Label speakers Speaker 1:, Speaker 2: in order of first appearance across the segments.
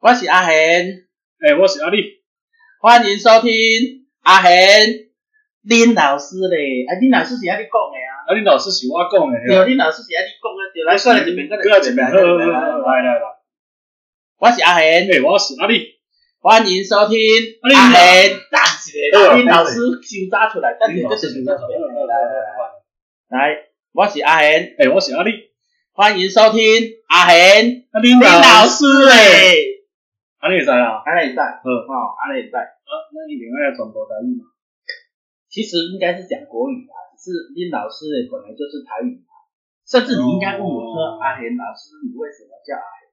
Speaker 1: 我是阿贤，
Speaker 2: 哎、我是阿力，
Speaker 1: 欢迎收听阿贤林老师嘞。啊，林老师是安尼讲的啊，
Speaker 2: 阿力老师是我讲的，
Speaker 1: 对，林老师是安尼讲的，对，咱过来一边，过
Speaker 2: 搁哎来一遍，好好
Speaker 1: 来
Speaker 2: 好，啊来来来，
Speaker 1: 我是阿贤，
Speaker 2: 哎，我是阿力，
Speaker 1: 欢迎收听
Speaker 2: 阿林
Speaker 1: 阿贤大一个
Speaker 2: 好
Speaker 1: 林老师收早出
Speaker 2: 哎
Speaker 1: 来，等下再收早出来。来，来我是阿贤，
Speaker 2: 哎，我是阿力，
Speaker 1: 欢迎收听阿贤
Speaker 2: 阿力
Speaker 1: 林老师
Speaker 2: 哎，嗯
Speaker 1: 嘞。
Speaker 2: 阿力会知啦，
Speaker 1: 安内在，
Speaker 2: 好，
Speaker 1: 哦，安内在。
Speaker 2: 啊，那一定要全部台语嘛，
Speaker 1: 其实应该是讲国语啊，只是林老师呢本来就是台语啊，甚至你应该问我说、
Speaker 2: 哦
Speaker 1: 阿贤老师，你为什么叫阿贤？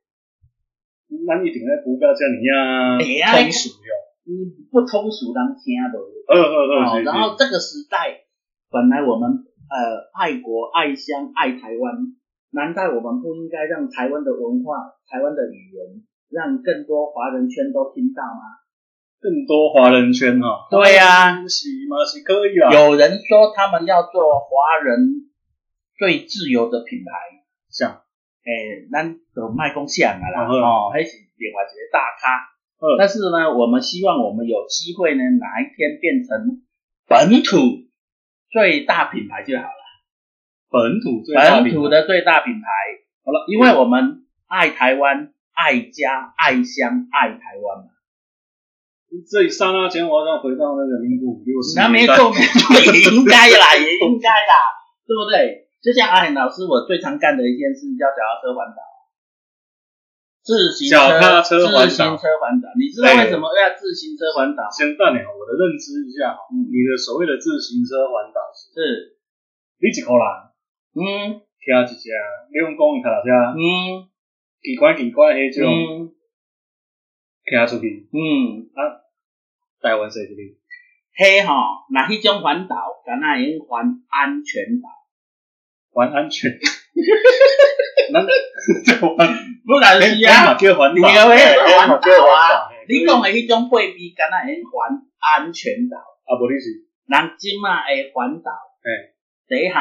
Speaker 2: 咱一定要不要遮尔啊
Speaker 1: 哎
Speaker 2: 通俗哟，
Speaker 1: 你不通俗人听的
Speaker 2: 好好好，
Speaker 1: 哦。
Speaker 2: 是
Speaker 1: 然后
Speaker 2: 是，
Speaker 1: 这个时代，本来我们呃爱国爱乡爱台湾，难道我们不应该让台湾的文化、台湾的语言，让更多华人圈都听到吗？
Speaker 2: 更多华人圈哈，
Speaker 1: 对啊
Speaker 2: 是嘛是可以啊啦，
Speaker 1: 有人说他们要做华人最自由的品牌。
Speaker 2: 像，
Speaker 1: 诶，咱就卖讲啥啊啦，
Speaker 2: 嗯
Speaker 1: 哦，还是另外一个大咖
Speaker 2: 嗯。
Speaker 1: 但是呢，我们希望我们有机会呢，哪一天变成本土最大品牌就好了，
Speaker 2: 本土最大
Speaker 1: 本土的最大品牌。
Speaker 2: 好了，
Speaker 1: 因为我们爱台湾、爱家、爱乡、爱台湾嘛。
Speaker 2: 这一刹那间，我要回到那个民国五六十
Speaker 1: 那没
Speaker 2: 年代，
Speaker 1: 做， 也应该啦，也应该啦，对不对？就像阿恒老师，我最常干的一件事叫脚踏车环岛，自行
Speaker 2: 脚踏车环岛哎
Speaker 1: 自行车环岛。你知道为什么要自行车环岛？
Speaker 2: 先淡了，我的认知一下哈，
Speaker 1: 嗯
Speaker 2: 你的所谓的自行车环岛是，
Speaker 1: 是，
Speaker 2: 你一个人
Speaker 1: 嗯
Speaker 2: 骑一只，你用讲伊卡车，
Speaker 1: 嗯
Speaker 2: 奇怪奇怪迄种
Speaker 1: 嗯
Speaker 2: 骑出去，
Speaker 1: 嗯，
Speaker 2: 台湾谁去？
Speaker 1: 嘿吼，那迄种环岛，敢若会用环安全岛，
Speaker 2: 环安 全，咱就环，
Speaker 1: 不然
Speaker 2: 哎
Speaker 1: 是
Speaker 2: 咱嘛
Speaker 1: 啊，
Speaker 2: 叫环
Speaker 1: 你
Speaker 2: 岛，
Speaker 1: 个
Speaker 2: 哎
Speaker 1: 会
Speaker 2: 咱
Speaker 1: 环
Speaker 2: 嘛
Speaker 1: 岛
Speaker 2: 叫环
Speaker 1: 啊
Speaker 2: 岛，嘿
Speaker 1: 你讲的迄种配备，敢若会用环安全岛。
Speaker 2: 啊，无你是
Speaker 1: 咱即马的环岛，
Speaker 2: 嘿嗯
Speaker 1: 第一项，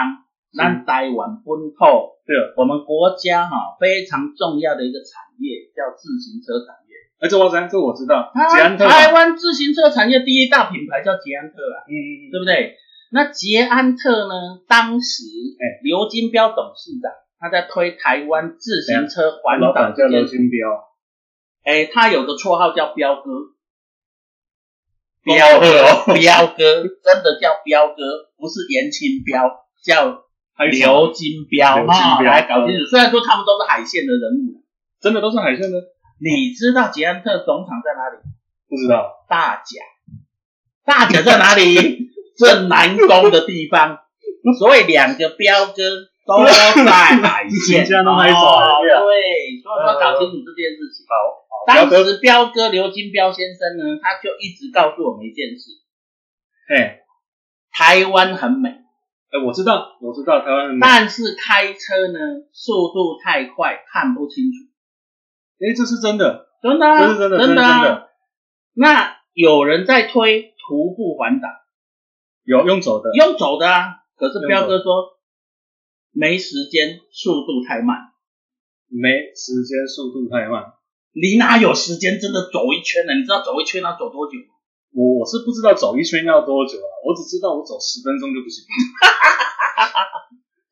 Speaker 1: 咱台湾本土，
Speaker 2: 对，
Speaker 1: 我们国家哈、非常重要的一个产业叫自行车产业。
Speaker 2: 哎，这我知，这我知道，捷安特啊嘛，
Speaker 1: 台湾自行车产业第一大品牌叫捷安特啊，
Speaker 2: 嗯
Speaker 1: 对
Speaker 2: 嗯嗯，
Speaker 1: 不对？那捷安特呢，当时
Speaker 2: 嘿
Speaker 1: 刘金彪董事长他在推台湾自行车环
Speaker 2: 老
Speaker 1: 岛
Speaker 2: 板
Speaker 1: 这
Speaker 2: 叫
Speaker 1: 件
Speaker 2: 刘
Speaker 1: 事，
Speaker 2: 金彪，
Speaker 1: 哎，他有个绰号叫彪哥。彪
Speaker 2: 彪哥哦
Speaker 1: 彪哥，真的叫彪哥，不是严清彪，叫
Speaker 2: 还有什么
Speaker 1: 刘金彪
Speaker 2: 刘金
Speaker 1: 哈，
Speaker 2: 彪
Speaker 1: 来搞清楚。虽然说他们都是海线的人物，
Speaker 2: 真的都是海鲜的，
Speaker 1: 你知道捷安特总厂在哪里？
Speaker 2: 不知道，
Speaker 1: 大甲，大甲在哪 里？正南宫的地方。所以两个彪哥都在海线，
Speaker 2: 人家都还在
Speaker 1: 哦
Speaker 2: 对啊
Speaker 1: 对，所以说搞清楚这件事情。
Speaker 2: 好，彪
Speaker 1: 当
Speaker 2: 哥，
Speaker 1: 时彪哥刘金彪先生呢，他就一直告诉我们一件事：
Speaker 2: 哎
Speaker 1: 台湾很美，
Speaker 2: 哎，我知道，我知道台湾人民，
Speaker 1: 但是开车呢速度太快，看不清楚。
Speaker 2: 哎，这是真的，
Speaker 1: 真的、啊，
Speaker 2: 真的真
Speaker 1: 真
Speaker 2: 的
Speaker 1: 啊
Speaker 2: 真的真的
Speaker 1: 那有人在推徒步环岛，
Speaker 2: 有用走的，
Speaker 1: 用走的啊。可是彪
Speaker 2: 用
Speaker 1: 哥说没时间，速度太慢。
Speaker 2: 没时间，速度太慢。
Speaker 1: 你哪有时间真的走一圈呢？你知道走一圈要走多久吗？
Speaker 2: 我我是不知道走一圈要多久啊，我只知道我走十分钟就不行。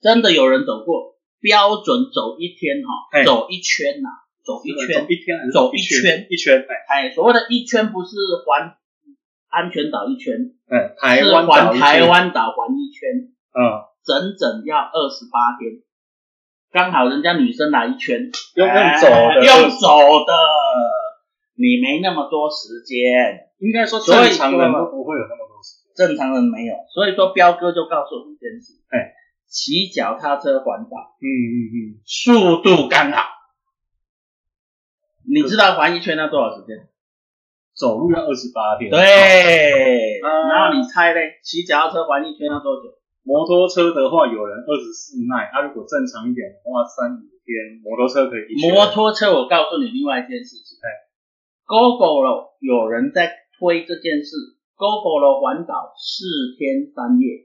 Speaker 1: 真的有人走过，标准走一天哈、
Speaker 2: 嘿
Speaker 1: 走一圈呐、走一
Speaker 2: 走
Speaker 1: 圈。
Speaker 2: 一天还是
Speaker 1: 走一
Speaker 2: 一
Speaker 1: 圈
Speaker 2: 一圈，哎
Speaker 1: 哎，所谓的一圈不是环安全岛一圈，
Speaker 2: 哎，台
Speaker 1: 是
Speaker 2: 湾岛
Speaker 1: 环
Speaker 2: 一圈
Speaker 1: 台，湾岛环一圈，
Speaker 2: 嗯，
Speaker 1: 整整要二十八天。刚好人家女生来一圈，
Speaker 2: 用用走的，
Speaker 1: 哎用走的，你没那么多时间，
Speaker 2: 应该说
Speaker 1: 所以
Speaker 2: 正常人都不会有那么多时间。
Speaker 1: 正常人没有，所以说彪哥就告诉我们一件事，
Speaker 2: 哎，
Speaker 1: 骑脚踏车环岛，
Speaker 2: 嗯嗯嗯，
Speaker 1: 速度刚好。你知道环一圈要多少时间？
Speaker 2: 走路要二十八天。，
Speaker 1: 对，
Speaker 2: 嗯
Speaker 1: 啊然后你猜嘞，骑脚踏车环一圈要多久？
Speaker 2: 摩托车的话，有人二十四耐，他如果正常一点的话，三五天，摩托车可以一圈。
Speaker 1: 摩托车，我告诉你另外一件事情，
Speaker 2: 哎
Speaker 1: g o g o 了，有人在推这件事，GoGo 了环岛四天三夜。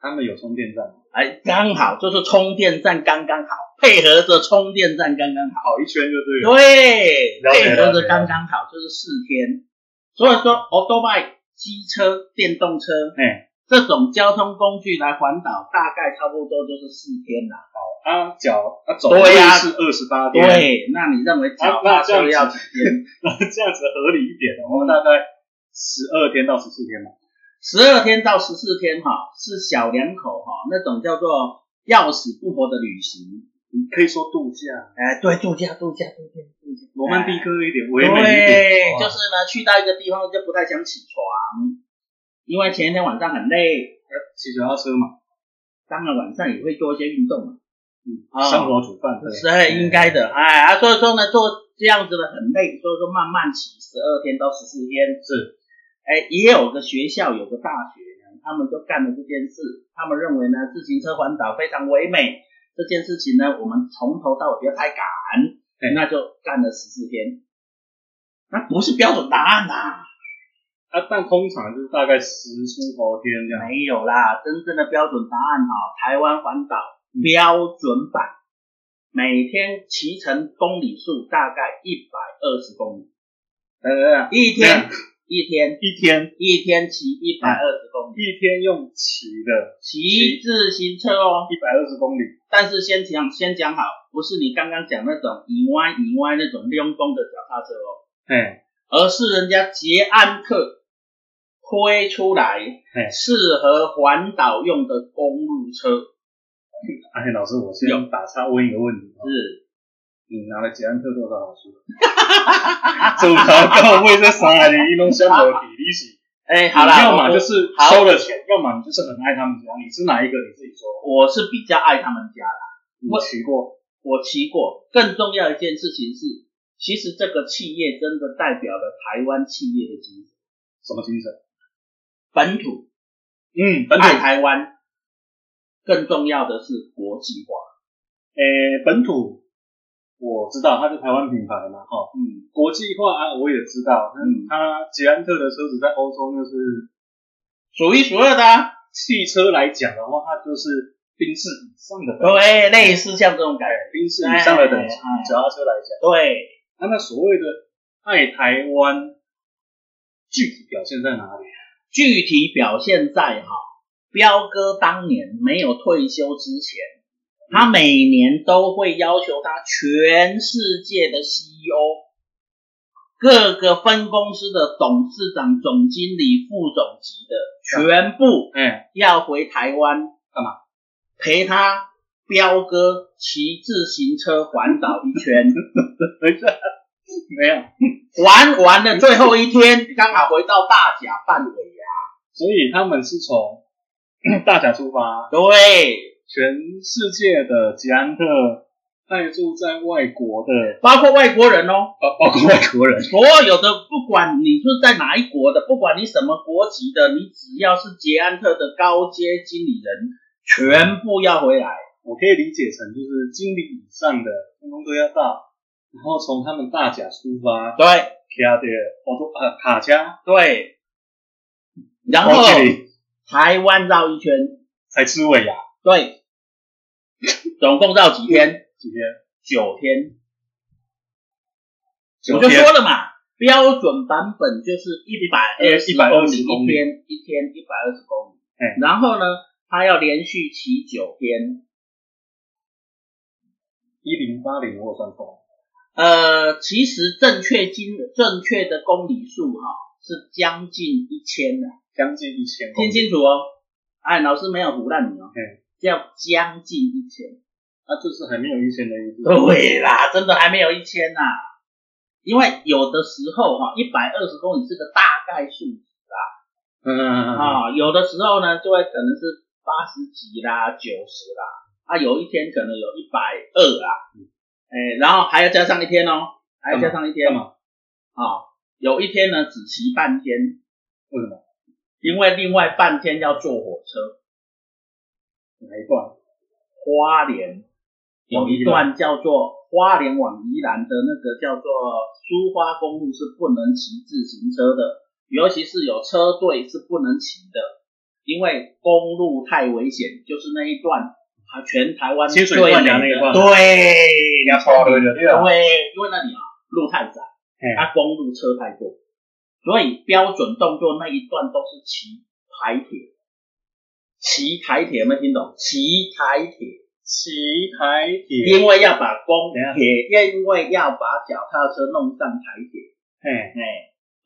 Speaker 2: 他们有充电站，
Speaker 1: 哎，刚好就是充电站刚刚好，配合着充电站刚刚好，
Speaker 2: 跑一圈就对了。
Speaker 1: 对，
Speaker 2: 了解
Speaker 1: 配合
Speaker 2: 了
Speaker 1: 着
Speaker 2: 解
Speaker 1: 刚刚好，就是四天。所以说 o d o b i 机车、电动车
Speaker 2: 哎，
Speaker 1: 这种交通工具来环岛，大概差不多就是四天啦。
Speaker 2: 啊脚啊走路
Speaker 1: 对呀
Speaker 2: 是二十八天，
Speaker 1: 对，啊那你认为脚踏车要几 天？
Speaker 2: 那 这样子合理一点，我们大概十二天到十四天吧。
Speaker 1: 十二天到十四天哈、是小两口哈、那种叫做要死不活的旅行。
Speaker 2: 你可以说度假，
Speaker 1: 哎，对，度假，度假，度假，度假，
Speaker 2: 罗曼蒂
Speaker 1: 克。
Speaker 2: 克一点，唯
Speaker 1: 对，
Speaker 2: 美一点，
Speaker 1: 哎就是呢，去到一个地方就不太想起床，因为前一天晚上很累，
Speaker 2: 骑脚踏车嘛，
Speaker 1: 当然晚上也会做一些运动嘛，
Speaker 2: 嗯
Speaker 1: 啊，
Speaker 2: 生活煮饭，对
Speaker 1: 是应该的，哎啊，所以说呢，做这样子的很累，所以说慢慢骑，十二天到十四天是，哎，也有个学校，有个大学呢，他们就干了这件事，他们认为呢，自行车环岛非常唯美，这件事情呢，我们从头到尾不要太赶
Speaker 2: 对，
Speaker 1: 那就干了十四天，那不是标准答案呐、
Speaker 2: 啊，但通常就是大概十出头天这样。
Speaker 1: 没有啦，真正的标准答案哈、台湾环岛
Speaker 2: 嗯
Speaker 1: 标准版，每天骑乘公里数大概一百二十公里，
Speaker 2: 等等等，
Speaker 1: 一
Speaker 2: 天
Speaker 1: 天一天
Speaker 2: 嗯一天
Speaker 1: 一天骑一百二十公里，
Speaker 2: 一天用骑的
Speaker 1: 骑自行车哦。
Speaker 2: 一百二十公里，
Speaker 1: 但是先讲先讲好，不是你刚刚讲那种以外以外那种溜风的脚踏车哦，
Speaker 2: 哎，
Speaker 1: 而是人家捷安特推出来
Speaker 2: 嘿
Speaker 1: 适合环岛用的公路车，
Speaker 2: 哎，老师，我先打岔问一个问题啊，
Speaker 1: 是。
Speaker 2: 你拿了捷安特多少好处？总查到为这上海的一弄相投体利息，
Speaker 1: 哎、好啦，
Speaker 2: 你要么
Speaker 1: 我
Speaker 2: 就是
Speaker 1: 好
Speaker 2: 收了钱，要么你就是很爱他们家，你是哪一个你自己说，
Speaker 1: 我是比较爱他们家啦。
Speaker 2: 你
Speaker 1: 我
Speaker 2: 骑过，
Speaker 1: 我骑过，更重要一件事情是，其实这个企业真的代表了台湾企业的精神，
Speaker 2: 什么精神？
Speaker 1: 本土
Speaker 2: 嗯，本土
Speaker 1: 爱台湾，更重要的是国际化。
Speaker 2: 诶，呃本土我知道它是台湾品牌嘛，哈、
Speaker 1: 嗯，
Speaker 2: 国际化啊我也知道，嗯
Speaker 1: 嗯，
Speaker 2: 它捷安特的车子在欧洲那是
Speaker 1: 数一数二的、啊，
Speaker 2: 汽车来讲的话，它就是宾士以上的等级，
Speaker 1: 对，类似像这种感觉，
Speaker 2: 宾士以上的等
Speaker 1: 哎
Speaker 2: 级，
Speaker 1: 哎
Speaker 2: 脚踏车来讲，
Speaker 1: 对，
Speaker 2: 那那所谓的爱台湾，具体表现在哪里？
Speaker 1: 具体表现在哈，彪哥当年没有退休之前，他每年都会要求他全世界的 CEO、各个分公司的董事长、总经理、副总级的，全部
Speaker 2: 哎，
Speaker 1: 要回台湾
Speaker 2: 干嘛？
Speaker 1: 陪他彪哥骑自行车环岛一 圈，
Speaker 2: 等一下， 没有，
Speaker 1: 玩完了最后一天，刚好回到大甲办啊尾牙。
Speaker 2: 所以他们是从 大甲出发，
Speaker 1: 对，
Speaker 2: 全世界的捷安特派驻在外国的，
Speaker 1: 包括外国人哦，
Speaker 2: 包包括外国人，
Speaker 1: 所有的不管你是在哪一国的，不管你什么国籍的，你只要是捷安特的高阶经理人，全部要回来。
Speaker 2: 我可以理解成就是经理以上的分工都要到，然后从他们大甲出发，
Speaker 1: 对
Speaker 2: 卡的我说呃卡加，
Speaker 1: 对，然后
Speaker 2: 高距离
Speaker 1: 台湾绕一圈，
Speaker 2: 才吃尾牙
Speaker 1: 对，总共绕几天？
Speaker 2: 几天，
Speaker 1: 九天。
Speaker 2: 九
Speaker 1: 我就
Speaker 2: 天
Speaker 1: 说了嘛，标准版本就是一百二
Speaker 2: 呃
Speaker 1: 十公里，
Speaker 2: 120公
Speaker 1: 一
Speaker 2: 里
Speaker 1: 天一天一百二十公里。
Speaker 2: 哎
Speaker 1: 然后呢，他要连续骑九天。
Speaker 2: 一零八零我算错，
Speaker 1: 呃，其实正确金正确的公里数哈、是将近一千的，
Speaker 2: 将近一千
Speaker 1: 听
Speaker 2: 公里，
Speaker 1: 清楚哦。哎，老师没有唬烂你哦
Speaker 2: 嗯，
Speaker 1: 叫将近一千。
Speaker 2: 那、啊就是还没有一千的意思。
Speaker 1: 对啦，真的还没有一千呐、因为有的时候哈、1一百二十公里是个大概数值
Speaker 2: 嗯，嗯，嗯嗯
Speaker 1: 啊、有的时候呢就会可能是八十几啦、九十啦，啊，有一天可能有一百二啦，哎，然后还要加上一天哦，还要加上一天
Speaker 2: 干嘛？
Speaker 1: 啊、有一天呢只骑半天，
Speaker 2: 为什么？
Speaker 1: 因为另外半天要坐火车，
Speaker 2: 哪一段？
Speaker 1: 花莲有一段叫做花莲往宜兰的那个叫做苏花公路是不能骑自行车的，尤其是有车队是不能骑的。因为公路太危险，就是那一段啊，全台湾
Speaker 2: 清水
Speaker 1: 最
Speaker 2: 断崖
Speaker 1: 雷
Speaker 2: 那一
Speaker 1: 的
Speaker 2: 段
Speaker 1: 对，
Speaker 2: 压垮了哦就对了
Speaker 1: 因为因为那里啊路太窄，
Speaker 2: 嘿
Speaker 1: 它、公路车太多，所以标准动作那一段都是骑台铁，骑台铁有没有听懂？骑台铁，
Speaker 2: 骑台铁，
Speaker 1: 因为要把公
Speaker 2: 等一下啊
Speaker 1: 铁，因为要把脚踏车弄上台铁。
Speaker 2: 嘿，
Speaker 1: 哎，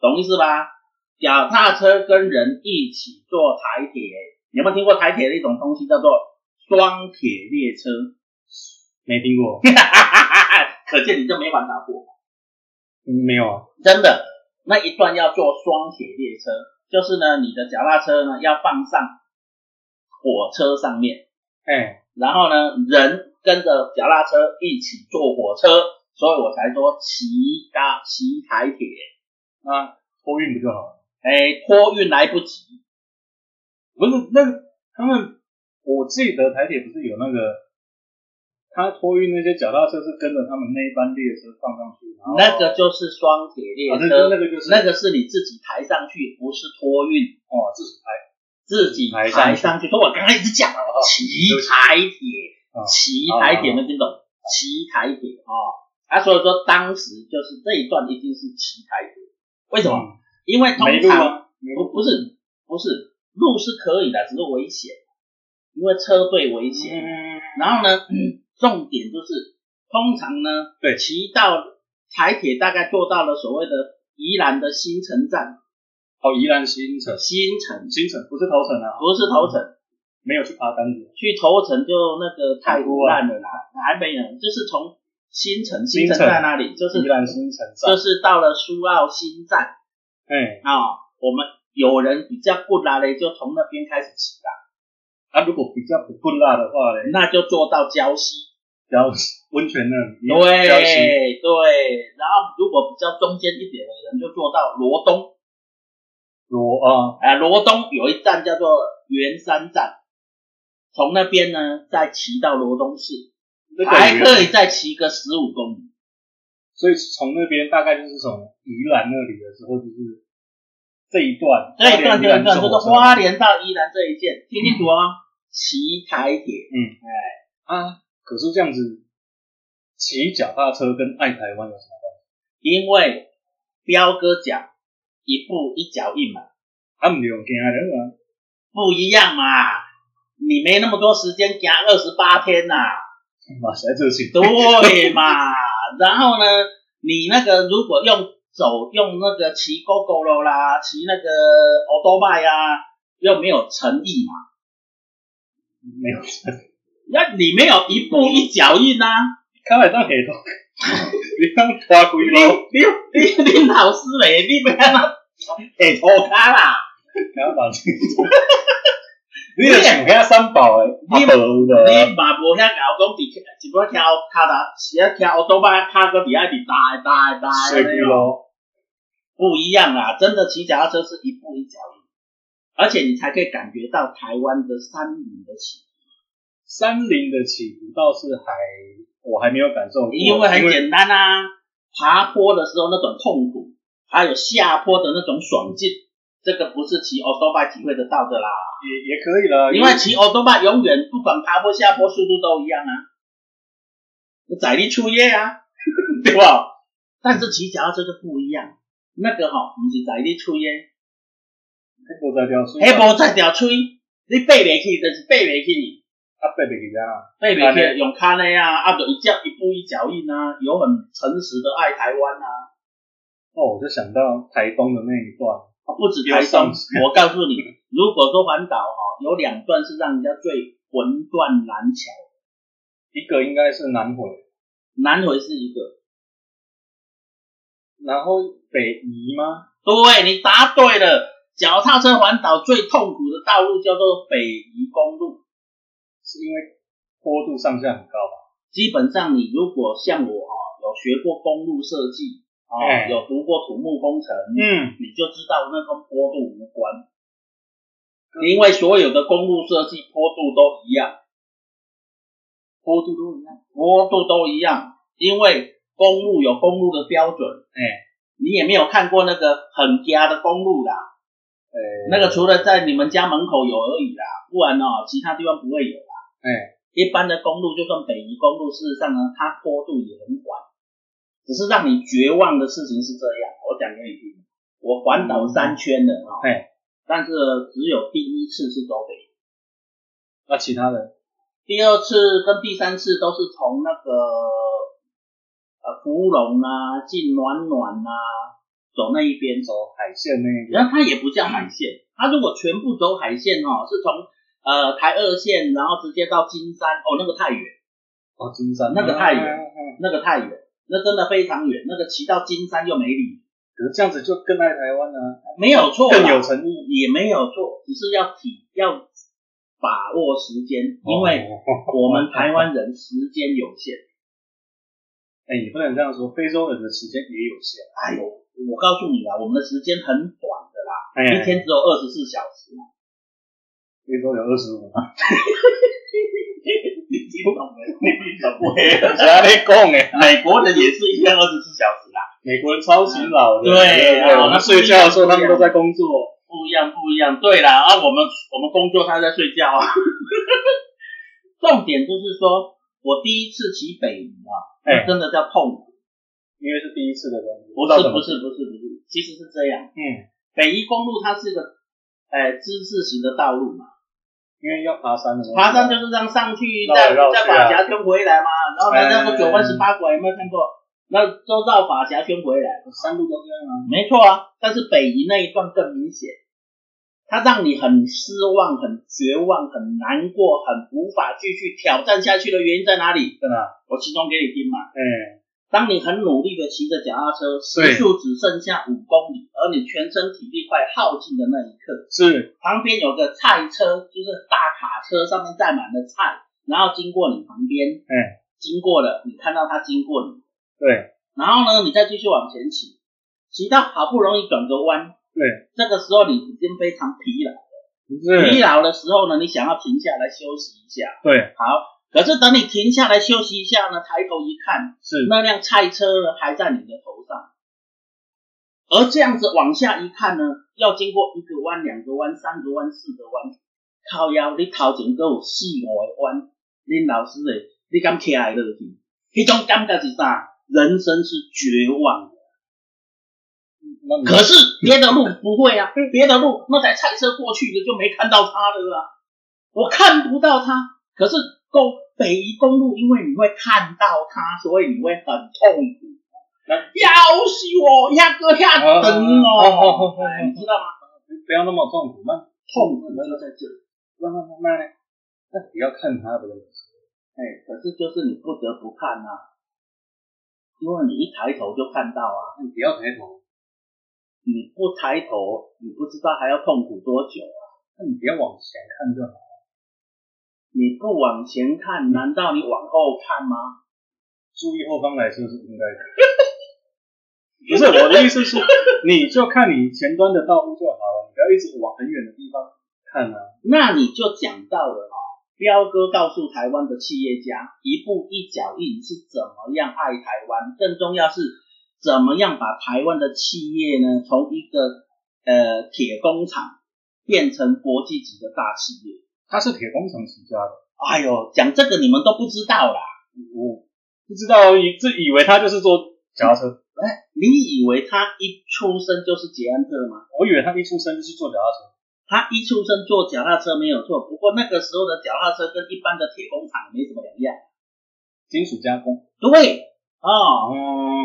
Speaker 1: 懂意思吧？脚踏车跟人一起坐台铁，你有没有听过台铁的一种东西叫做双铁列车？
Speaker 2: 没听过，
Speaker 1: 可见你就没玩打过，
Speaker 2: 没有啊，
Speaker 1: 真的。那一段要坐双铁列车，就是呢，你的脚踏车呢要放上火车上面，
Speaker 2: 嘿，
Speaker 1: 然后呢，人跟着脚踏车一起坐火车，所以我才说骑搭骑台铁啊。
Speaker 2: 托运不就好了？
Speaker 1: 哎，托运来不及，
Speaker 2: 不是那个他们，我记得台铁不是有那个，他托运那些脚踏车是跟着他们那一班列车放上去，然后
Speaker 1: 那个就是双铁列
Speaker 2: 啊那
Speaker 1: 车，
Speaker 2: 那个哦就是
Speaker 1: 那个是你自己抬上去，不是托运，
Speaker 2: 哦自己拍
Speaker 1: 自己
Speaker 2: 抬上
Speaker 1: 抬
Speaker 2: 去
Speaker 1: 上去。所以我刚才一直讲了，骑
Speaker 2: 对不起
Speaker 1: 台铁，
Speaker 2: 啊，
Speaker 1: 骑
Speaker 2: 啊
Speaker 1: 台铁，
Speaker 2: 啊
Speaker 1: 能听懂？骑台铁哦，啊，所以说当时就是这一段一定是骑台铁，为什么？
Speaker 2: 嗯
Speaker 1: 因为
Speaker 2: 没
Speaker 1: 通
Speaker 2: 路
Speaker 1: 常
Speaker 2: 啊，没
Speaker 1: 不
Speaker 2: 路
Speaker 1: 不是不是路是可以的，只是危险，因为车队危险。
Speaker 2: 嗯
Speaker 1: 然后呢，重点就是通常呢，
Speaker 2: 对
Speaker 1: 骑到台铁大概做到了所谓的宜兰的新城站，
Speaker 2: 哦，宜兰新城，
Speaker 1: 新城
Speaker 2: 新城不是头城啊，
Speaker 1: 不是头城，
Speaker 2: 没有去爬单子，
Speaker 1: 去头城就那个太腐烂了啦，还没有，就是从新城新城在那里，就是
Speaker 2: 宜兰新城
Speaker 1: 就
Speaker 2: 站，
Speaker 1: 是到了苏澳新站
Speaker 2: 哎，
Speaker 1: 啊、我们有人比较不拉嘞，就从那边开始骑啦，
Speaker 2: 啊，如果比较不困辣的话嘞，
Speaker 1: 那就坐到礁溪。
Speaker 2: 然后温泉那里，
Speaker 1: 对
Speaker 2: 礁溪
Speaker 1: 对，然后如果比较中间一点的人，就坐到罗东。
Speaker 2: 罗啊，
Speaker 1: 啊，罗东有一站叫做圆山站，从那边呢再骑到罗东市，
Speaker 2: 那个
Speaker 1: 还
Speaker 2: 也
Speaker 1: 可以再骑个十五公里。
Speaker 2: 所以从那边大概就是从宜兰那里的时候，就是这一段，
Speaker 1: 这一段这一段就是花
Speaker 2: 花
Speaker 1: 莲到宜兰这一线，听清楚哦，骑台铁。
Speaker 2: 啊。可是这样子，骑脚踏车跟爱台湾有什么关系？
Speaker 1: 因为彪哥讲一步一脚印嘛，
Speaker 2: 他们有惊人啊，
Speaker 1: 不一样嘛，你没那么多时间夹二十八天呐、
Speaker 2: 马来这些
Speaker 1: 对嘛？然后呢，你那个如果用手用那个骑 GoGo 啦，骑那个 o d o b i 啊，又没有诚意嘛？
Speaker 2: 没有，
Speaker 1: 那你没有一步一脚印啊！
Speaker 2: 开玩笑黑头，你当花龟咯，
Speaker 1: 你你你老师嘞，你不要那 下涂骹啦！
Speaker 2: 然后把这个，你就想给他三宝诶，
Speaker 1: 你
Speaker 2: 无的，
Speaker 1: 你嘛无遐搞讲伫一般听骹踏，是啊听 o d o b i 骹搁伫遐伫大大大
Speaker 2: 水龟咯，
Speaker 1: 不一样啦，真的骑脚踏车是一步一脚印，而且你才可以感觉到台湾的山林的起
Speaker 2: 山林的起伏倒是还我还没有感受过，
Speaker 1: 因为很简单啊，爬坡的时候那种痛苦，还有下坡的那种爽劲，这个不是骑 o d o b i 体会得到的啦。
Speaker 2: 也也可以啦，
Speaker 1: 因为骑 o d o b i 永远不管爬坡下坡速度都一样啊，你载力出业啊，对吧？但是骑脚踏车就不一样，那个吼、不是载力出业，
Speaker 2: 无在啊条数，
Speaker 1: 迄无在条吹，你爬袂去就是爬袂去。
Speaker 2: 啊，背袂记啊，
Speaker 1: 贝每天用卡内啊，啊，就一脚一步一脚印啊，有很诚实的爱台湾啊，
Speaker 2: 哦，我就想到台东的那一段，
Speaker 1: 不止台
Speaker 2: 有
Speaker 1: 东
Speaker 2: 上。
Speaker 1: 我告诉你，如果说环岛哈，有两段是让人家最魂断蓝桥，
Speaker 2: 一个应该是南回，
Speaker 1: 南回是一个。
Speaker 2: 然后北移吗？
Speaker 1: 对，你答对了。脚踏车环岛最痛苦的道路叫做北宜公路。
Speaker 2: 是因为坡度上下很高吧？
Speaker 1: 基本上你如果像我哈，有学过公路设计，哦，
Speaker 2: 哎
Speaker 1: 有读过土木工程，
Speaker 2: 嗯，
Speaker 1: 你就知道那跟坡度无关，因为所有的公路设计坡度都一样，
Speaker 2: 坡度都一样。
Speaker 1: 坡度都一样，因为公路有公路的标准，
Speaker 2: 哎
Speaker 1: 你也没有看过那个很夹的公路啦，
Speaker 2: 哎、
Speaker 1: 那个除了在你们家门口有而已啦，不然哦，其他地方不会有啦。
Speaker 2: 哎、
Speaker 1: 一般的公路，就算北宜公路，事实上呢，它坡度也很缓，只是让你绝望的事情是这样。我讲给你听，我环岛三圈了啊、哦，
Speaker 2: 哎
Speaker 1: 但是只有第一次是走北，
Speaker 2: 那啊其他的
Speaker 1: 第二次跟第三次都是从那个呃芙蓉啊、进暖暖啊走那一边走。
Speaker 2: 海线那一边，
Speaker 1: 然后它也不叫海线，它如果全部走海线哦，是从呃台二线，然后直接到金山，哦，那个太远，
Speaker 2: 哦，金山
Speaker 1: 那个太远
Speaker 2: 啊啊啊
Speaker 1: 那个太远，那真的非常远，那个骑到金山又没理，
Speaker 2: 可是这样子就更爱台湾啊，
Speaker 1: 没有错啦，
Speaker 2: 更有诚意，
Speaker 1: 也没有错，只是要体要把握时间，因为
Speaker 2: 哦
Speaker 1: 我们台湾人时间有限。
Speaker 2: 哎、也不能这样说，非洲人的时间也有限，
Speaker 1: 哎呦，我告诉你啊，我们的时间很短的啦，
Speaker 2: 哎、
Speaker 1: 一天只有二十四小时嘛，
Speaker 2: 非洲有二十 五，
Speaker 1: 你听懂没？ 你懂没？
Speaker 2: 在讲哎，
Speaker 1: 美国人也是一天二十四小时啦。
Speaker 2: 美国人超级老的，
Speaker 1: 对
Speaker 2: 对，
Speaker 1: 啊
Speaker 2: 我们睡觉的时候他们都在工作，
Speaker 1: 不一样，不一样。对啦，啊，我们我们工作，他在睡觉啊。 重点就是说，我第一次骑北移啊，
Speaker 2: 哎、
Speaker 1: 真的叫痛苦。
Speaker 2: 因为是第一次的关系，
Speaker 1: 不是不，是不是不是，其实是这样。
Speaker 2: 嗯，
Speaker 1: 北宜公路它是一个，呃，之字形的道路嘛，
Speaker 2: 因为要爬山的，
Speaker 1: 爬山就是这样上去，
Speaker 2: 绕来
Speaker 1: 再
Speaker 2: 绕去啊
Speaker 1: 再把峡圈回来嘛。然后
Speaker 2: 哎
Speaker 1: 呢，那个九弯十八拐有没有看过？那都绕把峡圈回来。
Speaker 2: 山路都这样啊，
Speaker 1: 没错啊，但是北移那一段更明显，它让你很失望、很绝望、很难过、很无法继续挑战下去的原因在哪里？
Speaker 2: 在哪？
Speaker 1: 我其中给你听嘛。
Speaker 2: 哎、
Speaker 1: 当你很努力的骑着脚踏车，
Speaker 2: 对
Speaker 1: 时速只剩下五公里，而你全身体力快耗尽的那一刻，
Speaker 2: 是，
Speaker 1: 旁边有个菜车，就是大卡车，上面载满了菜，然后经过你旁边，
Speaker 2: 嗯，
Speaker 1: 经过了，你看到它经过你，
Speaker 2: 对
Speaker 1: 然后呢，你再继续往前骑，骑到好不容易转个弯，
Speaker 2: 对，
Speaker 1: 这个时候你已经非常疲劳，疲
Speaker 2: 是，
Speaker 1: 劳的时候呢，你想要停下来休息一下。
Speaker 2: 对
Speaker 1: 好，可是等你停下来休息一下呢，抬头一看，
Speaker 2: 是，
Speaker 1: 那辆菜车呢还在你的头上。而这样子往下一看呢，要经过一个弯、两个弯、三个弯、四个弯，靠腰你头前阁有四五个弯，恁老师诶，你敢徛会落去？迄种感觉是啥？人生是绝望的。
Speaker 2: 那你
Speaker 1: 可是别的路不会啊，别的路那台菜车过去的就没看到他了啊，我看不到他。可是公北宜公路，因为你会看到他，所以你会很痛苦。啊
Speaker 2: 那
Speaker 1: 要死我，压哥压等哦，哎你知道吗？
Speaker 2: 不要那么痛苦，那
Speaker 1: 痛苦就在这里。
Speaker 2: 那那那那，那不要看他的，
Speaker 1: 哎，可是就是你不得不看啊，因为你一抬头就看到啊，
Speaker 2: 你不要抬头，
Speaker 1: 你不抬头，你不知道还要痛苦多久啊。
Speaker 2: 那你不要往前看就好，
Speaker 1: 你不往前看，难道你往后看吗？
Speaker 2: 注意后方来车是应该的。不是我的意思是，你就看你前端的道路就好了，你不要一直往很远的地方看啊。
Speaker 1: 那你就讲到了哈、彪哥告诉台湾的企业家，一步一脚印是怎么样爱台湾，更重要是怎么样把台湾的企业呢，从一个呃铁工厂变成国际级的大企业。
Speaker 2: 他是铁工厂起家的，
Speaker 1: 哎呦，讲这个你们都不知道啦，
Speaker 2: 我不知道，以自以为他就是做脚踏车，
Speaker 1: 你以为他一出生就是捷安特吗？
Speaker 2: 我以为他一出生就是做脚踏车。
Speaker 1: 他一出生坐脚踏车没有错，不过那个时候的脚踏车跟一般的铁工厂没什么两样。
Speaker 2: 金属加工，
Speaker 1: 对，哦，
Speaker 2: 哦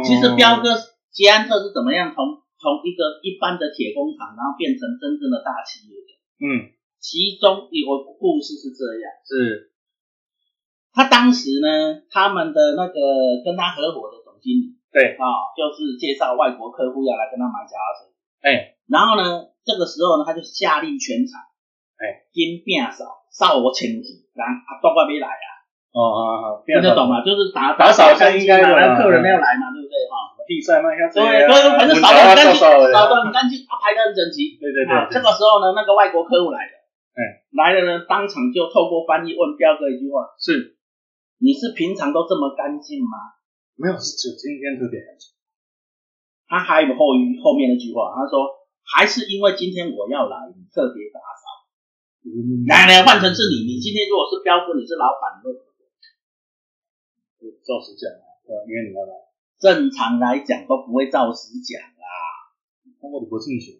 Speaker 1: 其实彪哥捷安特是怎么样从从一个一般的铁工厂，然后变成真正的大企业的？
Speaker 2: 嗯，
Speaker 1: 其中有个故事是这样，
Speaker 2: 是，
Speaker 1: 他当时呢，他们的那个跟他合伙的总经理，
Speaker 2: 对
Speaker 1: 啊、就是介绍外国客户要来跟他买脚踏车，
Speaker 2: 哎，
Speaker 1: 然后呢，这个时候呢，他就下令全场，
Speaker 2: 哎，
Speaker 1: 金变少，少我请去，然后阿多怪没来啊，
Speaker 2: 哦哦哦，
Speaker 1: 听得懂？吗？就是打
Speaker 2: 打扫一下应该的
Speaker 1: 来
Speaker 2: 啦
Speaker 1: 客人要来嘛，对不对哈？
Speaker 2: 地塞嘛，要这
Speaker 1: 对，啊
Speaker 2: 样
Speaker 1: 所以反正扫得很干净，扫得很干净，他啊排得很整齐。
Speaker 2: 对对对
Speaker 1: 啊，
Speaker 2: 对，
Speaker 1: 这个时候呢，那个外国客户来了，哎
Speaker 2: 嗯，
Speaker 1: 来了呢，当场就透过翻译问彪哥一句话：
Speaker 2: 是
Speaker 1: 你是平常都这么干净吗？
Speaker 2: 没有，是只有今天特别干净。
Speaker 1: 他还有后后面那句话，他说还是因为今天我要来，你特别打扫？
Speaker 2: 嗯
Speaker 1: 来来，换成是你，你今天如果是彪哥，你是老板，那
Speaker 2: 照实讲啊，对吧？因为你要来，
Speaker 1: 正常来讲都不会照实讲啊啦。
Speaker 2: 通过你不进雄，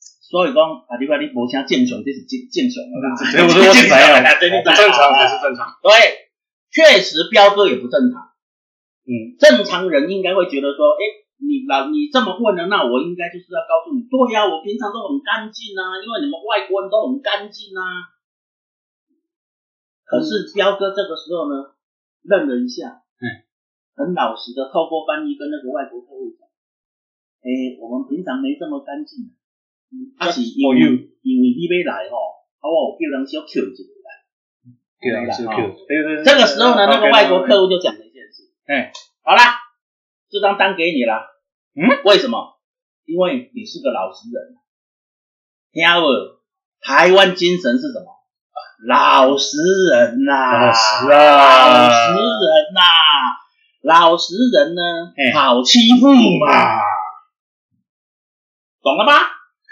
Speaker 1: 所以讲，啊，你讲你无啥正常，这是正正常 的啦。
Speaker 2: 所以我说我是
Speaker 1: 正常
Speaker 2: 怎样
Speaker 1: 的啦，对，你知
Speaker 2: 不
Speaker 1: 道
Speaker 2: 正常
Speaker 1: 啦
Speaker 2: 才是正常。
Speaker 1: 对，确实彪哥也不正常。
Speaker 2: 嗯，
Speaker 1: 正常人应该会觉得说，哎、你老你这么问了，那我应该就是要告诉你，对呀、我平常都很干净啊，因为你们外国人都很干净啊。可是彪哥这个时候呢，愣了一下，
Speaker 2: 嗯，
Speaker 1: 很老实的透过翻译跟那个外国客户讲，哎、我们平常没这么干净、啊，啊是因为
Speaker 2: for you
Speaker 1: 因为你要来吼，啊我有叫人小 Q 一下来，
Speaker 2: 对啊，是 Q。对对对。
Speaker 1: 这个时候呢，那个外国客户就讲了一件事，
Speaker 2: 哎，
Speaker 1: 好啦，这张单给你啦。
Speaker 2: 嗯，
Speaker 1: 为什么？因为你是个老实人。听我，台湾精神是什么？老实人呐、
Speaker 2: 老实啊
Speaker 1: 老实人呐、老实人呢，
Speaker 2: 哎嗯
Speaker 1: 好欺负嘛，懂了吧？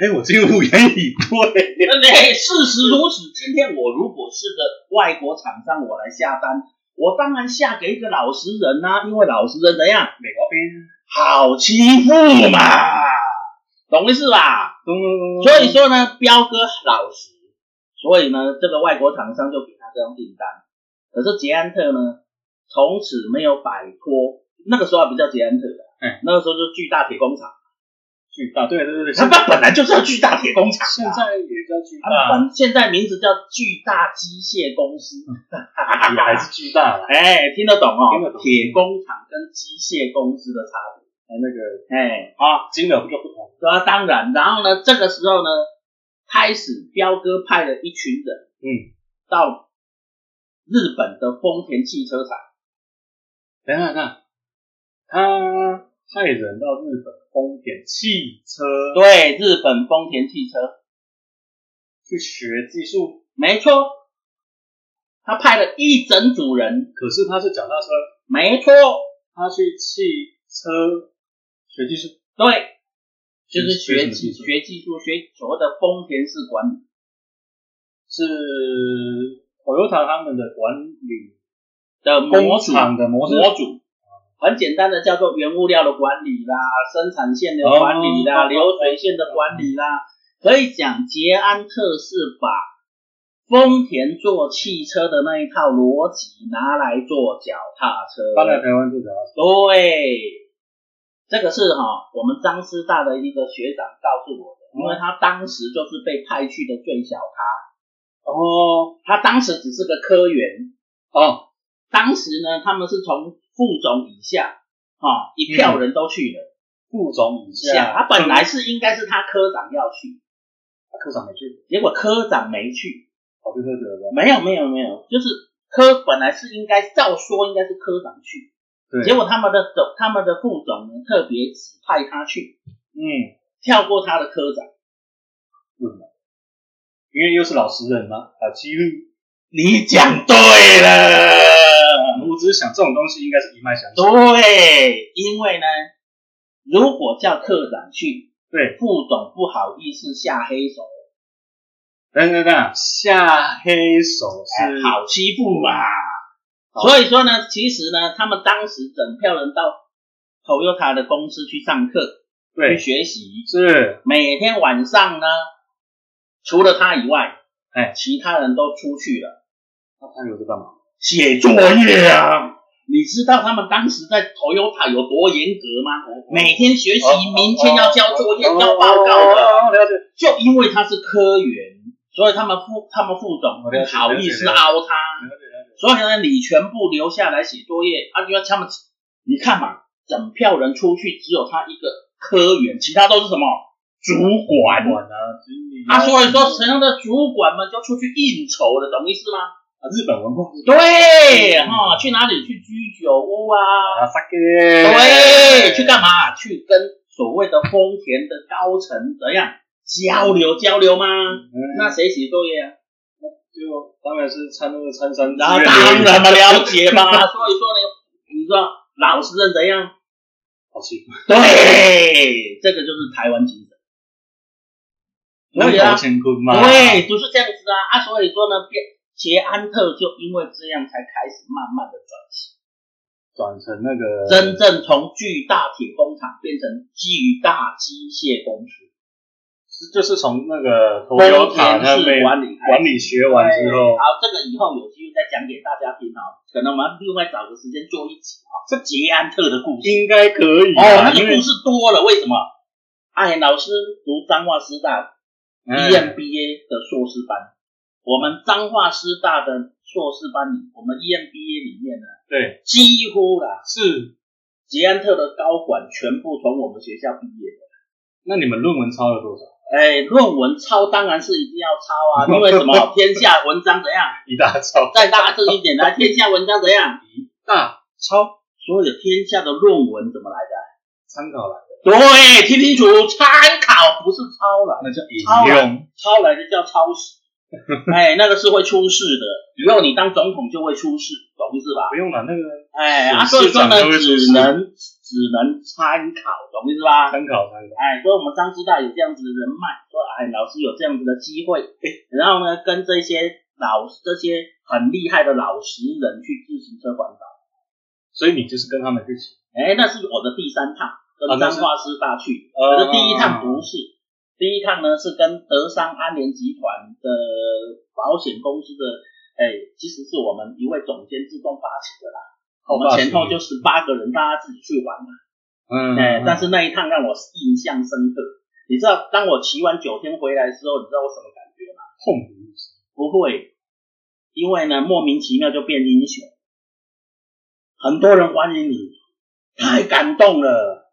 Speaker 2: 哎，我竟无言以对。
Speaker 1: 对，事实如此。今天我如果是个外国厂商，我来下单，我当然下给一个老实人呐、因为老实人怎样，
Speaker 2: 美国兵，
Speaker 1: 好欺负嘛，懂意思吧？
Speaker 2: 咚咚咚。
Speaker 1: 所以说呢，彪哥老实，所以呢，这个外国厂商就给他这张订单。可是捷安特呢，从此没有摆脱，那个时候还不叫捷安特的，啊
Speaker 2: 嗯，
Speaker 1: 那个时候就巨大铁工厂，
Speaker 2: 巨大，对对对，
Speaker 1: 他们本来就是要巨大铁工厂、啊，
Speaker 2: 现在也叫巨
Speaker 1: 他
Speaker 2: 大，
Speaker 1: 们现在名字叫巨大机械公司，
Speaker 2: 嗯也还是巨大 啦。
Speaker 1: 哎，听得懂
Speaker 2: 听
Speaker 1: 哦
Speaker 2: 得懂，
Speaker 1: 铁工厂跟机械公司的差别，
Speaker 2: 哎，那个
Speaker 1: 哎，好、
Speaker 2: 金额不就不同？
Speaker 1: 那当然，然后呢，这个时候呢，开始彪哥派了一群人，
Speaker 2: 嗯，
Speaker 1: 到日本的丰田汽车厂，
Speaker 2: 等一下看，他派人到日本丰田汽车
Speaker 1: 对，日本丰田汽车，
Speaker 2: 去学技术，
Speaker 1: 没错，他派了一整组人，
Speaker 2: 可是他是脚踏车，
Speaker 1: 没错，
Speaker 2: 他去汽车学技术，
Speaker 1: 对，就是学
Speaker 2: 学什
Speaker 1: 技
Speaker 2: 么技术
Speaker 1: 学技术学所谓的丰田式管理。
Speaker 2: 是呃 Toyota 他们的管理
Speaker 1: 的模
Speaker 2: 工
Speaker 1: 组
Speaker 2: 厂的模式。
Speaker 1: 模组，很简单的叫做原物料的管理啦、生产线的管理啦、
Speaker 2: 哦
Speaker 1: 流水线的管理啦。可以讲，捷安特是把丰田做汽车的那一套逻辑拿来做脚踏车。
Speaker 2: 搬来台湾做脚踏车，
Speaker 1: 对，这个是哈、我们张师大的一个学长告诉我的，因为他当时就是被派去的最小咖，
Speaker 2: 哦
Speaker 1: 他当时只是个科员，
Speaker 2: 哦，
Speaker 1: 当时呢，他们是从副总以下啊、一票人都去了。
Speaker 2: 副总以
Speaker 1: 下，
Speaker 2: 下，
Speaker 1: 他本来是应该是他科长要去，
Speaker 2: 啊科长没去，
Speaker 1: 结果科长没去。
Speaker 2: 跑去喝酒了吧？
Speaker 1: 没有没有没有，就是科本来是应该照说应该是科长去，
Speaker 2: 对，
Speaker 1: 结果他们的总他们的副总呢特别指派他去，
Speaker 2: 嗯，
Speaker 1: 跳过他的科长。
Speaker 2: 为什么？因为又是老实人嘛，好欺负。
Speaker 1: 你讲对了。
Speaker 2: 我只是想这种东西应该是一脉相
Speaker 1: 哦
Speaker 2: 承。
Speaker 1: 对，因为呢，如果叫科长去，
Speaker 2: 对，
Speaker 1: 副总不好意思下黑手。
Speaker 2: 等等等，下黑手
Speaker 1: 哎
Speaker 2: 是
Speaker 1: 好欺负嘛。
Speaker 2: 好
Speaker 1: 所以说呢，其实呢，他们当时整票人到 Toyota 的公司去上课，去
Speaker 2: 对，
Speaker 1: 学习，
Speaker 2: 是
Speaker 1: 每天晚上呢，除了他以外，
Speaker 2: 哎
Speaker 1: 其他人都出去了
Speaker 2: 那他有在干嘛？
Speaker 1: 写作业啊。你知道他们当时在 Toyota 有多严格
Speaker 2: 哦
Speaker 1: 吗？每天学习，明天要交作业，要报告的。
Speaker 2: 哦，了解。
Speaker 1: 就因为他是科员，所以他们副他们副总不
Speaker 2: 我哦了解
Speaker 1: 好意思凹他。
Speaker 2: 了解了解。
Speaker 1: 所以呢，你全部留下来写作业，啊，因为他们，你看嘛，整票人出去只有他一个科员，其他都是什么主管
Speaker 2: 管啊，经理
Speaker 1: 啊，所以说
Speaker 2: 啊，
Speaker 1: 同样的主管们就出去应酬了，懂意思吗？
Speaker 2: 啊日本文化。
Speaker 1: 对，
Speaker 2: 嗯
Speaker 1: 哈、去哪里？去居酒屋啊？
Speaker 2: 啊，萨克。
Speaker 1: 对，去干嘛？去跟所谓的丰田的高层怎样交流交流吗？
Speaker 2: 嗯？
Speaker 1: 那谁写作业啊？
Speaker 2: 就当然是参那个参山之
Speaker 1: 然后
Speaker 2: 类的
Speaker 1: 啊当然嘛，了解嘛。 所以说呢，你知道老实人怎样？哎
Speaker 2: 好欺负。
Speaker 1: 对，这个就是台湾精神。
Speaker 2: 那
Speaker 1: 对啊
Speaker 2: 头乾坤嘛，
Speaker 1: 对，就是这样子啊啊，所以说呢，变捷安特就因为这样才开始慢慢的转型。
Speaker 2: 转成那个
Speaker 1: 真正从巨大铁工厂变成巨大机械公司，
Speaker 2: 就是从那个
Speaker 1: 丰
Speaker 2: 头油塔
Speaker 1: 田
Speaker 2: 那
Speaker 1: 式
Speaker 2: 边
Speaker 1: 管理开始
Speaker 2: 管理学完之后
Speaker 1: 好，，这个以后有机会再讲给大家听啊，可能我们要另外找个时间做一集啊，这捷安特的故事。
Speaker 2: 应该可以
Speaker 1: 哦，那
Speaker 2: 啊
Speaker 1: 个
Speaker 2: 因为
Speaker 1: 故事多了，为什么？哎，老师读彰化师大
Speaker 2: 哎
Speaker 1: EMBA 的硕士班，我们彰化师大的硕士班里，我们 EMBA 里面呢，
Speaker 2: 对
Speaker 1: 几乎啦，
Speaker 2: 是，
Speaker 1: 捷安特的高管全部从我们学校毕业的。
Speaker 2: 那你们论文抄了多少？
Speaker 1: 哎，论文抄当然是一定要抄 啊，因为什么？天下文章怎样？
Speaker 2: 一大抄，
Speaker 1: 再大这一点来，天下文章怎样？
Speaker 2: 大抄
Speaker 1: 所有天下的论文怎么来的？
Speaker 2: 参考来的，
Speaker 1: 对，听清楚，参考不是抄来的，
Speaker 2: 那叫
Speaker 1: 抄来
Speaker 2: 引用，
Speaker 1: 抄来的叫抄 袭。哎，那个是会出事的，以后你当总统就会出事，懂意思吧？
Speaker 2: 不用了，那个
Speaker 1: 哎，啊，所以
Speaker 2: 董
Speaker 1: 说
Speaker 2: 事长
Speaker 1: 呢
Speaker 2: 都会，出
Speaker 1: 只
Speaker 2: 事
Speaker 1: 能只能参考，懂意思吧？
Speaker 2: 参考参考，
Speaker 1: 哎，所以我们张师大有这样子的人脉，说哎，老师有这样子的机会，然后呢，跟这些老这些很厉害的老实人去自行车环岛。
Speaker 2: 所以你就是跟他们一起，
Speaker 1: 哎，那是我的第三趟跟彰化师大去，
Speaker 2: 啊
Speaker 1: 我
Speaker 2: 那是
Speaker 1: 的第一趟不是，第一趟呢是跟德商安联集团的保险公司的，哎，其实是我们一位总监自动发起的啦。
Speaker 2: 好
Speaker 1: 我们
Speaker 2: 哦发
Speaker 1: 前
Speaker 2: 起
Speaker 1: 后就十八个人，大家自己去玩嘛。
Speaker 2: 嗯，
Speaker 1: 哎、但
Speaker 2: 嗯
Speaker 1: 是那一趟让我印象深刻。你知道，当我骑完九天回来之后，你知道我什么感觉吗？
Speaker 2: 痛苦
Speaker 1: 不会，因为呢，莫名其妙就变英雄，很多人欢迎你，太感动了。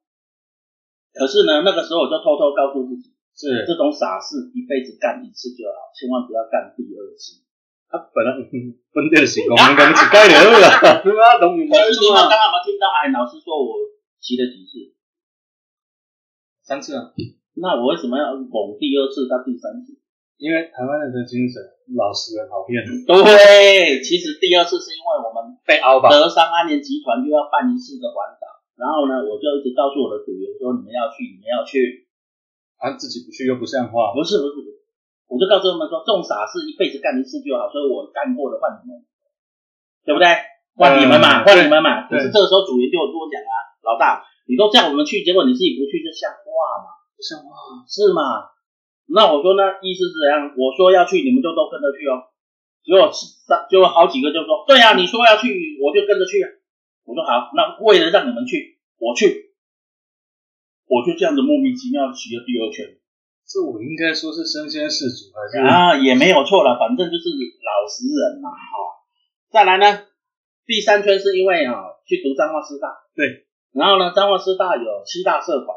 Speaker 1: 可是呢，那个时候我就偷偷告诉自己，
Speaker 2: 是
Speaker 1: 这种傻事一辈子干一次就好，千万不要干第二次。
Speaker 2: 他本来分掉是讲，我们一概就好啦，对吧？懂唔
Speaker 1: 可是你
Speaker 2: 懂
Speaker 1: 们
Speaker 2: 啊？
Speaker 1: 刚刚有没有听到？哎，老师说我骑了几次，
Speaker 2: 三次啊，
Speaker 1: 那我为什么要拱第二次到第三次？
Speaker 2: 因为台湾人的精神老实人好骗人，
Speaker 1: 对，其实第二次是因为我们
Speaker 2: 被凹吧，
Speaker 1: 德商安联集团又要办一次的环岛，然后呢，我就一直告诉我的组员说，你们要去，你们要去，
Speaker 2: 他自己不去又不像话，
Speaker 1: 不是不是，不是我就告诉他们说，这种傻事一辈子干一次就好，所以我干过的换你们，对不对？换你们嘛，
Speaker 2: 嗯
Speaker 1: 换你们嘛。可
Speaker 2: 对
Speaker 1: 是这个时候组员就有跟我讲啊，老大，你都叫我们去，结果你自己不去，就像话嘛，
Speaker 2: 不像话，
Speaker 1: 是嘛？那我说那意思是怎样？我说要去，你们就都跟着去哦。结果三，结果好几个就说，对啊，你说要去，我就跟着去啊。我说好，那为了让你们去，我去，我就这样子莫名其妙骑了第二圈
Speaker 2: 这我应该说是身先士卒还是？
Speaker 1: 啊，也没有错了，反正就是老实人嘛，哈、再来呢，第三圈是因为啊、去读彰化师大，
Speaker 2: 对，
Speaker 1: 然后呢，彰化师大有七大社团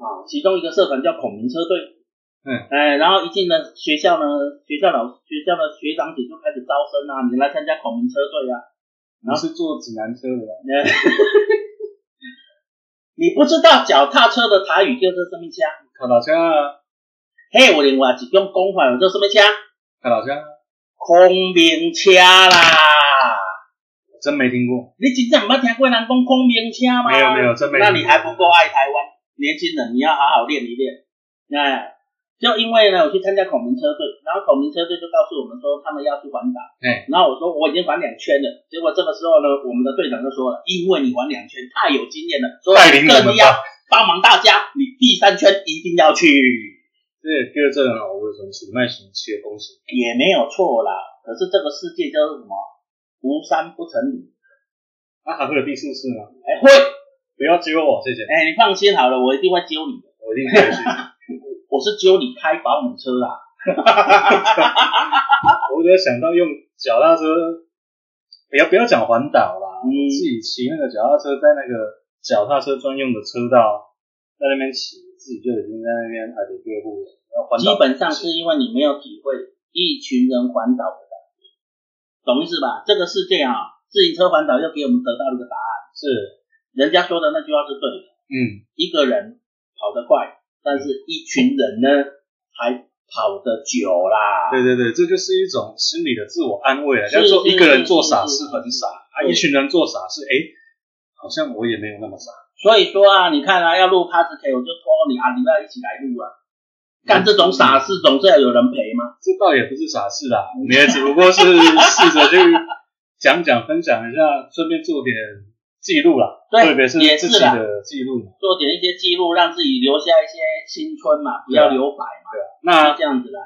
Speaker 1: 啊，其中一个社团叫孔明车队。
Speaker 2: 嗯，
Speaker 1: 哎，然后一进了学校呢，学校老学校的学长姐就开始招生啊，你来参加孔明车队啊，
Speaker 2: 你是坐指南车的吧，
Speaker 1: 你不知道脚踏车的台语叫做什么车？
Speaker 2: 卡老车啊，
Speaker 1: 嘿，我另外一种讲法叫什么车？
Speaker 2: 卡老车啊，
Speaker 1: 空明车啦！
Speaker 2: 真没听过，
Speaker 1: 你真正唔捌听过人讲空明车吗？
Speaker 2: 没有没有真没
Speaker 1: 那你还不够爱台湾，年轻人，你要好好练一练。哎，就因为呢，我去参加孔明车队，然后孔明车队就告诉我们说他们要去环岛。
Speaker 2: 哎，
Speaker 1: 然后我说我已经环两圈了，结果这个时候呢，我们的队长就说了，因为你环两圈太有经验了，所以
Speaker 2: 带领我
Speaker 1: 更
Speaker 2: 们
Speaker 1: 要
Speaker 2: 吧。
Speaker 1: 帮忙大家，你第三圈一定要去。
Speaker 2: 这个叫做哦，为什么是卖型切东西？
Speaker 1: 也没有错啦。可是这个世界叫做什么？无三不成理。
Speaker 2: 啊，还会有第四次吗？
Speaker 1: 哎，会，
Speaker 2: 不要揪我，谢谢，
Speaker 1: 哎，你放心好了， 我一定会揪你的。
Speaker 2: 我一定回去。
Speaker 1: 我是揪你开保姆车啦。
Speaker 2: 我只有想到用脚踏车，不要不要讲环岛啦，
Speaker 1: 嗯
Speaker 2: 自己骑那个脚踏车，在那个脚踏车专用的车道，在那边骑，自己就已经在那边还得对步了。然后环
Speaker 1: 基
Speaker 2: 岛
Speaker 1: 本上是因为你没有体会一群人环岛的感觉，懂意思吧？这个世界啊，自行车环岛又给我们得到了一个答案，
Speaker 2: 是，
Speaker 1: 人家说的那句话是对的：
Speaker 2: 嗯，
Speaker 1: 一个人跑得快，但是一群人呢，还跑得久啦。
Speaker 2: 对对对，这就是一种心理的自我安慰了。
Speaker 1: 是
Speaker 2: 要说
Speaker 1: 是
Speaker 2: 一个人
Speaker 1: 是
Speaker 2: 做
Speaker 1: 是
Speaker 2: 傻
Speaker 1: 是
Speaker 2: 事很傻啊，
Speaker 1: 对
Speaker 2: 一群人做傻事，哎，好像我也没有那么傻。
Speaker 1: 所以说啊，你看啊，要录 p a s t 我就托你啊，你们要一起来录啊。干这种傻事总是要有人赔嘛。
Speaker 2: 这倒也不是傻事啦，我们也只不过是试着去讲讲、分享一下，顺便做点记录啦，
Speaker 1: 对
Speaker 2: 特别是
Speaker 1: 也
Speaker 2: 自
Speaker 1: 是
Speaker 2: 己
Speaker 1: 啦
Speaker 2: 的记录嘛。
Speaker 1: 做点一些记录，让自己留下一些青春嘛，不要留白嘛，
Speaker 2: 那
Speaker 1: 是这样子的。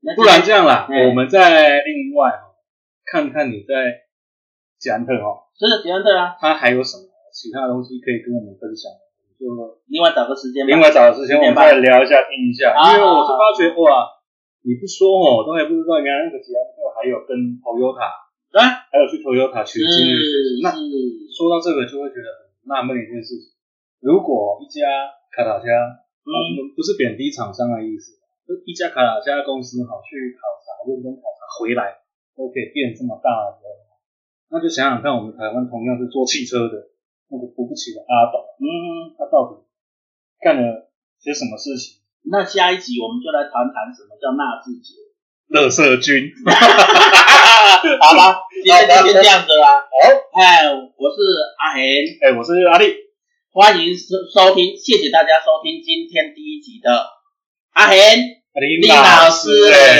Speaker 1: 那
Speaker 2: 啊不然这样啦，
Speaker 1: 嗯
Speaker 2: 我们再另外哦看看你在捷安特哦，
Speaker 1: 是捷安特啊，
Speaker 2: 他还有什么其他东西可以跟我们分享？就
Speaker 1: 另外找个时间吧。
Speaker 2: 另外找个时间我们再聊一下，听一下，
Speaker 1: 啊
Speaker 2: 因为我是发觉哇，你不说哦，我都还不知道原来那个捷安特还有跟 Toyota，
Speaker 1: 啊，
Speaker 2: 还有去 Toyota 取
Speaker 1: 是
Speaker 2: 经的事情。那
Speaker 1: 是，
Speaker 2: 说到这个，就会觉得很纳闷的一件事情：如果一家卡塔加，啊，我们不是贬低厂商的意思，就一家卡塔加公司好去考察、认真考察回来，都可以变这么大的时候，那就想想看，我们台湾同样是做汽车的，那个扶不起的阿斗，嗯，他到底干了些什么事情？
Speaker 1: 那下一集我们就来谈谈什么叫纳智 捷。
Speaker 2: 乐色军，
Speaker 1: 好吧，今天就先这样子啦。
Speaker 2: 好，
Speaker 1: 哎，我是阿贤，
Speaker 2: 哎、我是阿力，
Speaker 1: 欢迎收收听，谢谢大家收听今天第一集的阿贤
Speaker 2: 阿力
Speaker 1: 李老师。
Speaker 2: 哎